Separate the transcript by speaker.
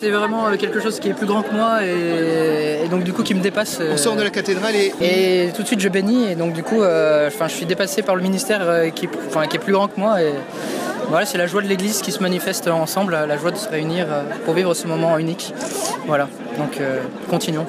Speaker 1: C'est vraiment euh, quelque chose qui est plus grand que moi et, et donc du coup qui me dépasse. euh.
Speaker 2: On sort de la cathédrale et...
Speaker 1: Et tout de suite je bénis et donc du coup euh, enfin, je suis dépassé par le ministère euh, qui, enfin, qui est plus grand que moi. Et... Voilà, c'est la joie de l'Église qui se manifeste ensemble, la joie de se réunir euh, pour vivre ce moment unique. Voilà, donc continuons.